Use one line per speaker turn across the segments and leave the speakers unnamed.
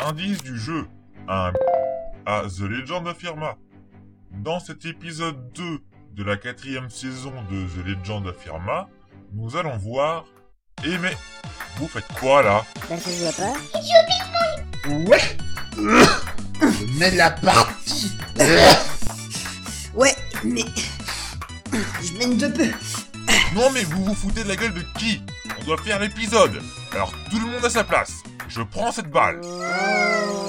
Indice du jeu. Un à The Legend of Firma. Dans cet épisode 2 de la quatrième saison de The Legend of Firma, nous allons voir. Eh mais, vous faites quoi là
Ben ça se voit pas.
Ouais Mais la partie
Ouais, mais. Je mène de peu.
Non mais vous vous foutez de la gueule de qui On doit faire l'épisode. Alors tout le monde à sa place. Je prends cette balle.
Oh,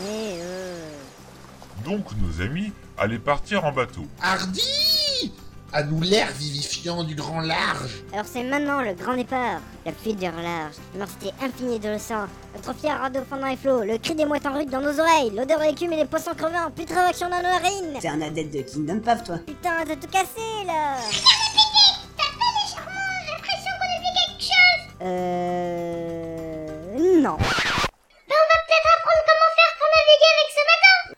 Mais euh.
Donc nos amis allaient partir en bateau.
Hardy À nous l'air vivifiant du grand large
Alors c'est maintenant le grand départ. La pluie devient large, l'immensité infinie de l'océan. Notre fier radeau pendant les flots, le cri des mouettes en rude dans nos oreilles, l'odeur de l'écume et des poissons crevants, plus de réaction dans nos narines.
T'es un adepte de Kingdom Path, toi.
Putain, t'as tout cassé là Euh... Non.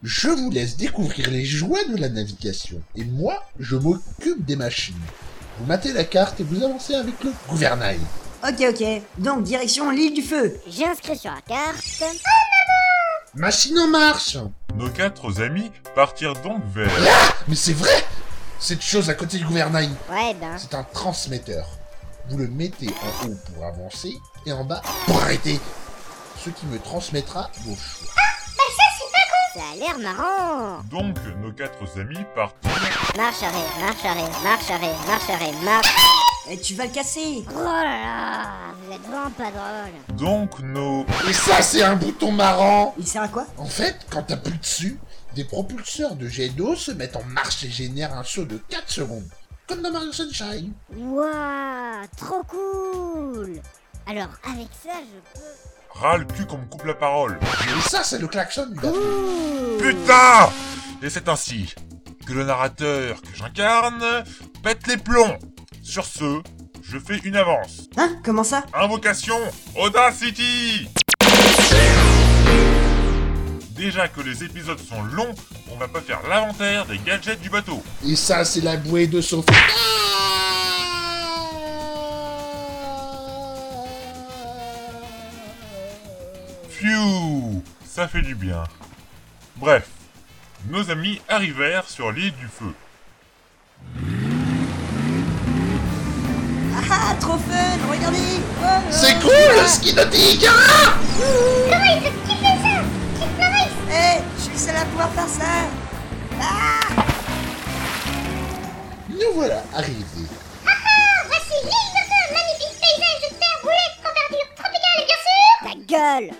Je vous laisse découvrir les joies de la navigation, et moi, je m'occupe des machines. Vous matez la carte et vous avancez avec le gouvernail.
Ok, ok. Donc, direction l'île du feu.
J'ai inscrit sur la carte.
Machine en marche Ah,
Nos quatre amis partirent donc vers...
Mais c'est vrai Cette chose à côté du gouvernail,
Ouais, ben.
c'est un transmetteur. Vous le mettez en haut pour avancer, et en bas pour arrêter. Ce qui me transmettra vos choix.
Ça a l'air marrant.
Donc nos quatre amis partirent...
Marche arrêt, marche arrêt, marche arrêt, marche arrêt, marche.
Et Eh, tu vas le casser.
Oh là là, vous êtes vraiment pas drôle.
Donc nos...
Et ça, c'est un bouton marrant
Il sert à quoi
En fait, quand t'appuies dessus, des propulseurs de jet d'eau se mettent en marche et génèrent un saut de 4 secondes. Comme dans Mario Sunshine.
Waouh, trop cool Alors avec ça, je peux...
Ras le cul qu'on me coupe la parole.
Et ça, c'est le klaxon du bateau.
Putain Et c'est ainsi que le narrateur que j'incarne pète les plombs. Sur ce, je fais une avance.
Hein Comment ça
Invocation Audacity Déjà que les épisodes sont longs, on va pas faire l'inventaire des gadgets du bateau.
Et ça, c'est la bouée de Ah sauvetage.
Phew Ça fait du bien. Bref, nos amis arrivèrent sur l'île du feu.
Ah, trop fun Regardez Oh, Ouais, ouais.
C'est cool, le ski nautique hein
Eh, je suis le seul à pouvoir faire ça
Nous voilà arrivés.
Ta gueule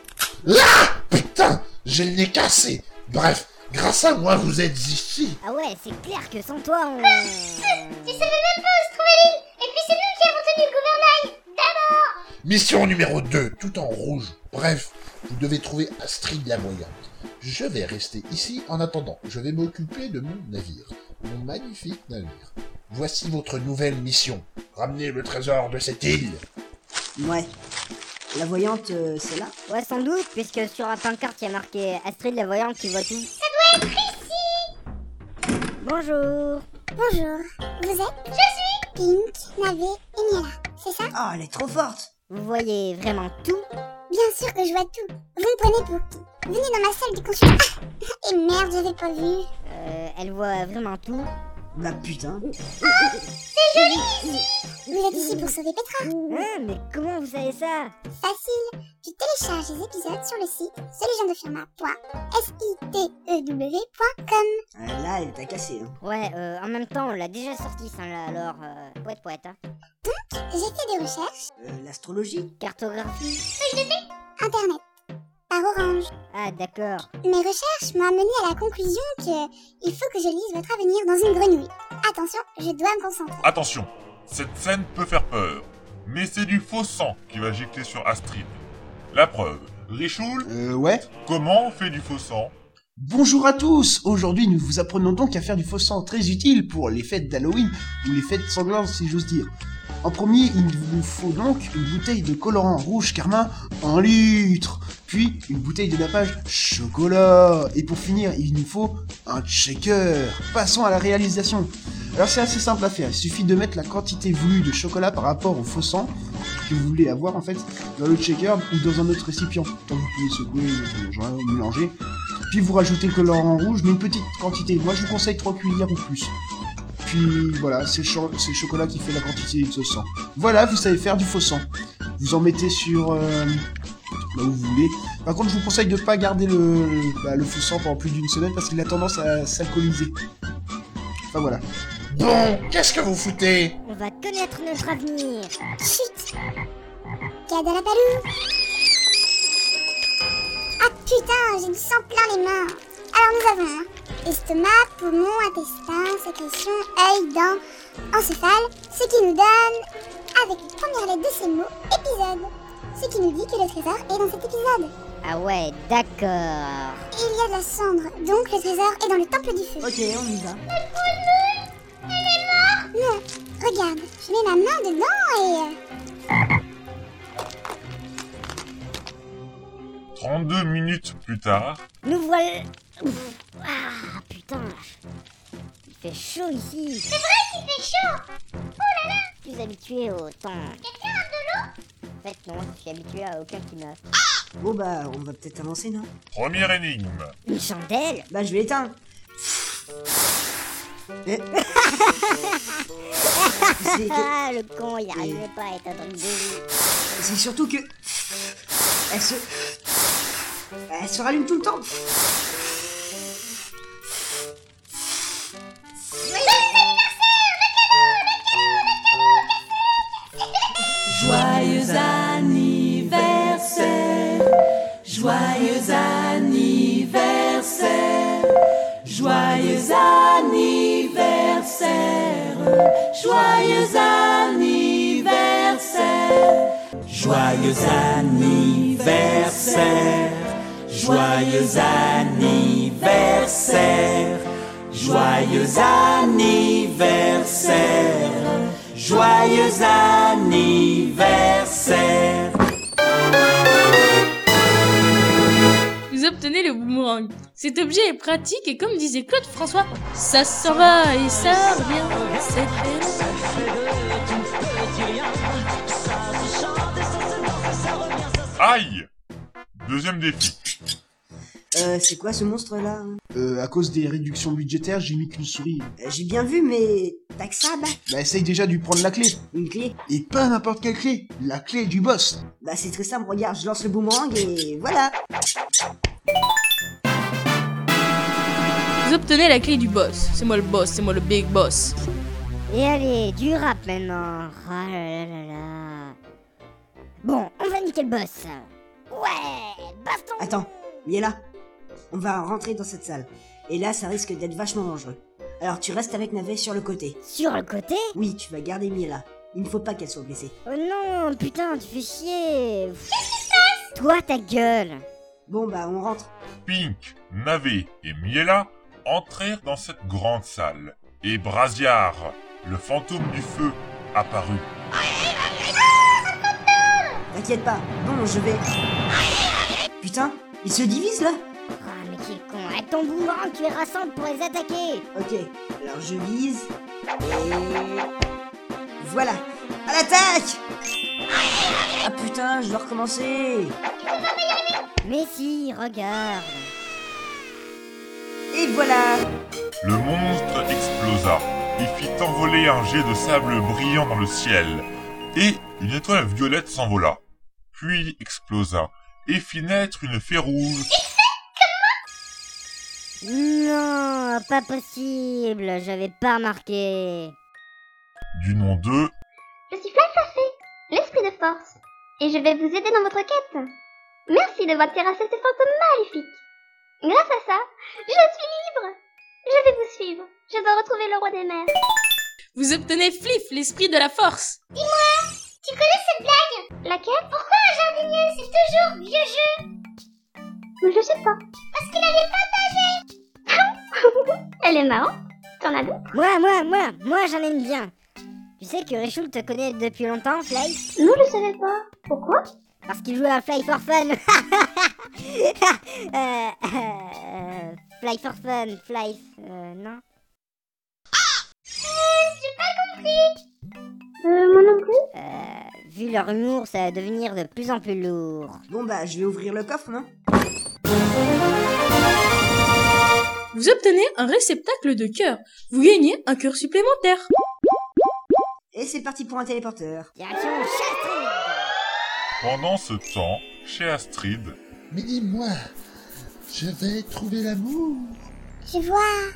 Ah Putain, je l'ai cassé. Bref, grâce à moi, vous êtes ici.
Ah ouais, c'est clair que sans toi, on... Ouais,
Je savais même pas où se trouvait l'île Et puis c'est nous qui avons tenu le gouvernail D'abord
Mission numéro 2, tout en rouge. Bref, vous devez trouver Astrid la voyante. Je vais rester ici en attendant. Je vais m'occuper de mon navire. Mon magnifique navire. Voici votre nouvelle mission. Ramenez le trésor de cette île.
Ouais. La voyante, euh, c'est là
sans doute, puisque sur la pancarte, il y a marqué Astrid la voyante qui voit tout. Ça doit être ici Bonjour
Bonjour, vous êtes Je suis Pink, Navé et Miela, c'est ça
Oh, elle est trop forte
Vous voyez vraiment tout
Bien sûr que je vois tout Vous me prenez pour qui Venez dans ma salle de consultation Ah Et merde, je l'ai pas vu
Euh, Elle voit vraiment tout
Bah putain
Vous êtes ici pour sauver Petra
Hein, mais comment vous savez ça
Facile Tu télécharges les épisodes sur le site E thelegendefirma.sitew.com
Euh, Là, elle t'a cassé. Hein.
Ouais, euh, en même temps, on l'a déjà sorti, ça, là, alors... Euh, poète poète, hein.
J'ai fait des recherches
Euh, L'astrologie
Cartographie
Internet, par Orange
Ah, d'accord.
Mes recherches m'ont amené à la conclusion que il faut que je lise votre avenir dans une grenouille. Attention, je dois me concentrer.
Attention, cette scène peut faire peur, mais c'est du faux sang qui va gicler sur Astrid. La preuve, Richoul,
Euh, ouais.
comment on fait du faux sang
Bonjour à tous Aujourd'hui, nous vous apprenons donc à faire du faux sang très utile pour les fêtes d'Halloween, ou les fêtes sanglantes si j'ose dire. En premier, il vous faut donc une bouteille de colorant rouge carmin en litre, puis une bouteille de nappage chocolat, et pour finir, il nous faut un checker. Passons à la réalisation. Alors c'est assez simple à faire, il suffit de mettre la quantité voulue de chocolat par rapport au faux sang, que vous voulez avoir en fait dans le shaker ou dans un autre récipient. Donc vous pouvez secouer, mélanger, mélanger. Puis vous rajoutez le colorant rouge, mais une petite quantité. Moi je vous conseille 3 cuillères ou plus. Puis voilà, c'est le cho- c'est le chocolat qui fait la quantité de ce sang. Voilà, vous savez faire du faux sang. Vous en mettez sur euh, là où vous voulez. Par contre, je vous conseille de pas garder le, bah, le faux sang pendant plus d'une semaine parce qu'il a tendance à s'alcooliser. Enfin voilà.
Bon, qu'est-ce que vous foutez
On va connaître notre avenir.
Chut Cadalapalou Ah putain, j'ai du sang plein les mains Alors nous avons hein, estomac, poumon, intestin, sécrétion, œil, dents, encéphale, ce qui nous donne, avec les premières lettres de ces mots, épisode. Ce qui nous dit que le trésor est dans cet épisode.
Ah ouais, d'accord.
Et il y a de la cendre, donc le trésor est dans le temple du feu.
Ok, on y va.
Non, regarde, je mets ma main dedans et... euh,
32 minutes plus tard,
Nous voilà. Ouf. Ah putain. Il fait chaud ici. C'est vrai qu'il fait chaud. Oh là là. Plus habitué au temps. Quelqu'un a de l'eau En fait non, je suis habitué à aucun climat.
Bon bah, on va peut-être avancer, non
première énigme.
Une chandelle
Bah, je vais éteindre. Eh. C'est que-
Ah le con, il arrivait pas à être un truc de
C'est surtout que. Elle se. Elle se rallume tout le temps.
Joyeux anniversaire, joyeux anniversaire, joyeux anniversaire, joyeux anniversaire, joyeux anniversaire, joyeux anniversaire, joyeux anniversaire, joyeux anniversaire.
Vous obtenez le boomerang. Cet objet est pratique et comme disait Claude François, ça s'en va et ça revient. C'est fait.
Aïe Deuxième défi.
Euh, c'est quoi ce hein monstre là
Euh, à cause des réductions budgétaires, j'ai mis qu'une souris.
Euh, J'ai bien vu, mais. T'as que ça, bah
Bah essaye déjà de lui prendre la clé.
Une clé
Et pas n'importe quelle clé, la clé du boss.
Bah, c'est très simple, regarde, je lance le boomerang et voilà
Vous obtenez la clé du boss. C'est moi le boss, c'est moi le big boss.
Et allez, du rap maintenant. Ah là là là là. Bon, on va niquer le boss. Ouais, baston.
Attends, il est là. On va rentrer dans cette salle. Et là, ça risque d'être vachement dangereux. Alors, tu restes avec Navet sur le côté.
Sur le côté
Oui, tu vas garder Miela. Il ne faut pas qu'elle soit blessée.
Oh non, putain, tu fais chier. Qu'est-ce qui se passe Toi, ta gueule.
Bon, bah, on rentre.
Pink, Navé et Miela entrèrent dans cette grande salle. Et Brasiard, le fantôme du feu, apparut.
T'inquiète pas. Bon, je vais. Putain, ils se divisent là
Ah, mais quel con, avec ton boomerang, tu les rassembles pour les attaquer
Ok, alors je vise. Et. Voilà À l'attaque Ah putain, je dois recommencer
Mais si, regarde
Et voilà
Le monstre explosa et fit envoler un jet de sable brillant dans le ciel, et une étoile violette s'envola, puis explosa et fit naître une fée rouge.
Non, pas possible, j'avais pas remarqué
Du nom de
Je suis Fly Fluffy, l'esprit de force, et je vais vous aider dans votre quête. Merci d'avoir terrassé ce fantôme maléfique. Grâce à ça, je suis libre. Je vais vous suivre. Je veux retrouver le roi des mers.
Vous obtenez Fliff, l'esprit de la force.
Tu connais cette blague Laquelle Pourquoi un jardinier C'est toujours vieux jeu. Je sais pas. Parce qu'il a les pas Elle est marrante. T'en as d'autres
Moi, moi, moi, moi j'en aime bien Tu sais que Richoul te connaît depuis longtemps, Fly
Non, je savais pas. Pourquoi
Parce qu'il jouait à Fly for Fun Euh, euh, Fly for Fun, Fly... euh, non
Euh, moi non plus.
Euh, Vu leur humour, ça va devenir de plus en plus lourd.
Bon bah, je vais ouvrir le coffre, non
Vous obtenez un réceptacle de cœur. Vous gagnez un cœur supplémentaire.
Et c'est parti pour un téléporteur.
Direction Chastrid
Pendant ce temps, chez Astrid,
Mais dis-moi, je vais trouver l'amour.
Je vois,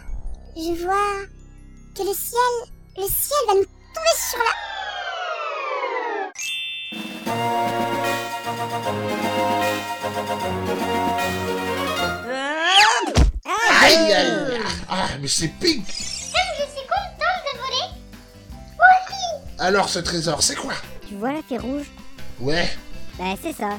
je vois que le ciel, le ciel va nous tomber sur la...
Ah
Aïe, aïe, aïe. Ah, mais c'est Pink Alors ce trésor, c'est quoi
Tu vois la fée rouge
Ouais.
Bah c'est ça.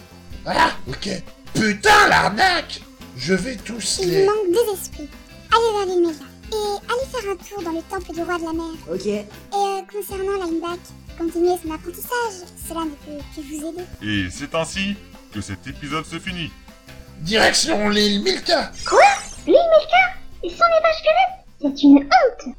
Ah, ok. Putain, l'arnaque Je vais tous
Il
les...
manque des esprits. Allez vers l'île Mega. Et allez faire un tour dans le temple du roi de la mer.
Ok.
Et euh, concernant Lineback, continuez son apprentissage. Cela ne peut que vous aider.
et c'est ainsi que cet épisode se finit.
Direction l'île Milka
L'île Milka Ils sont des vaches violettes C'est une honte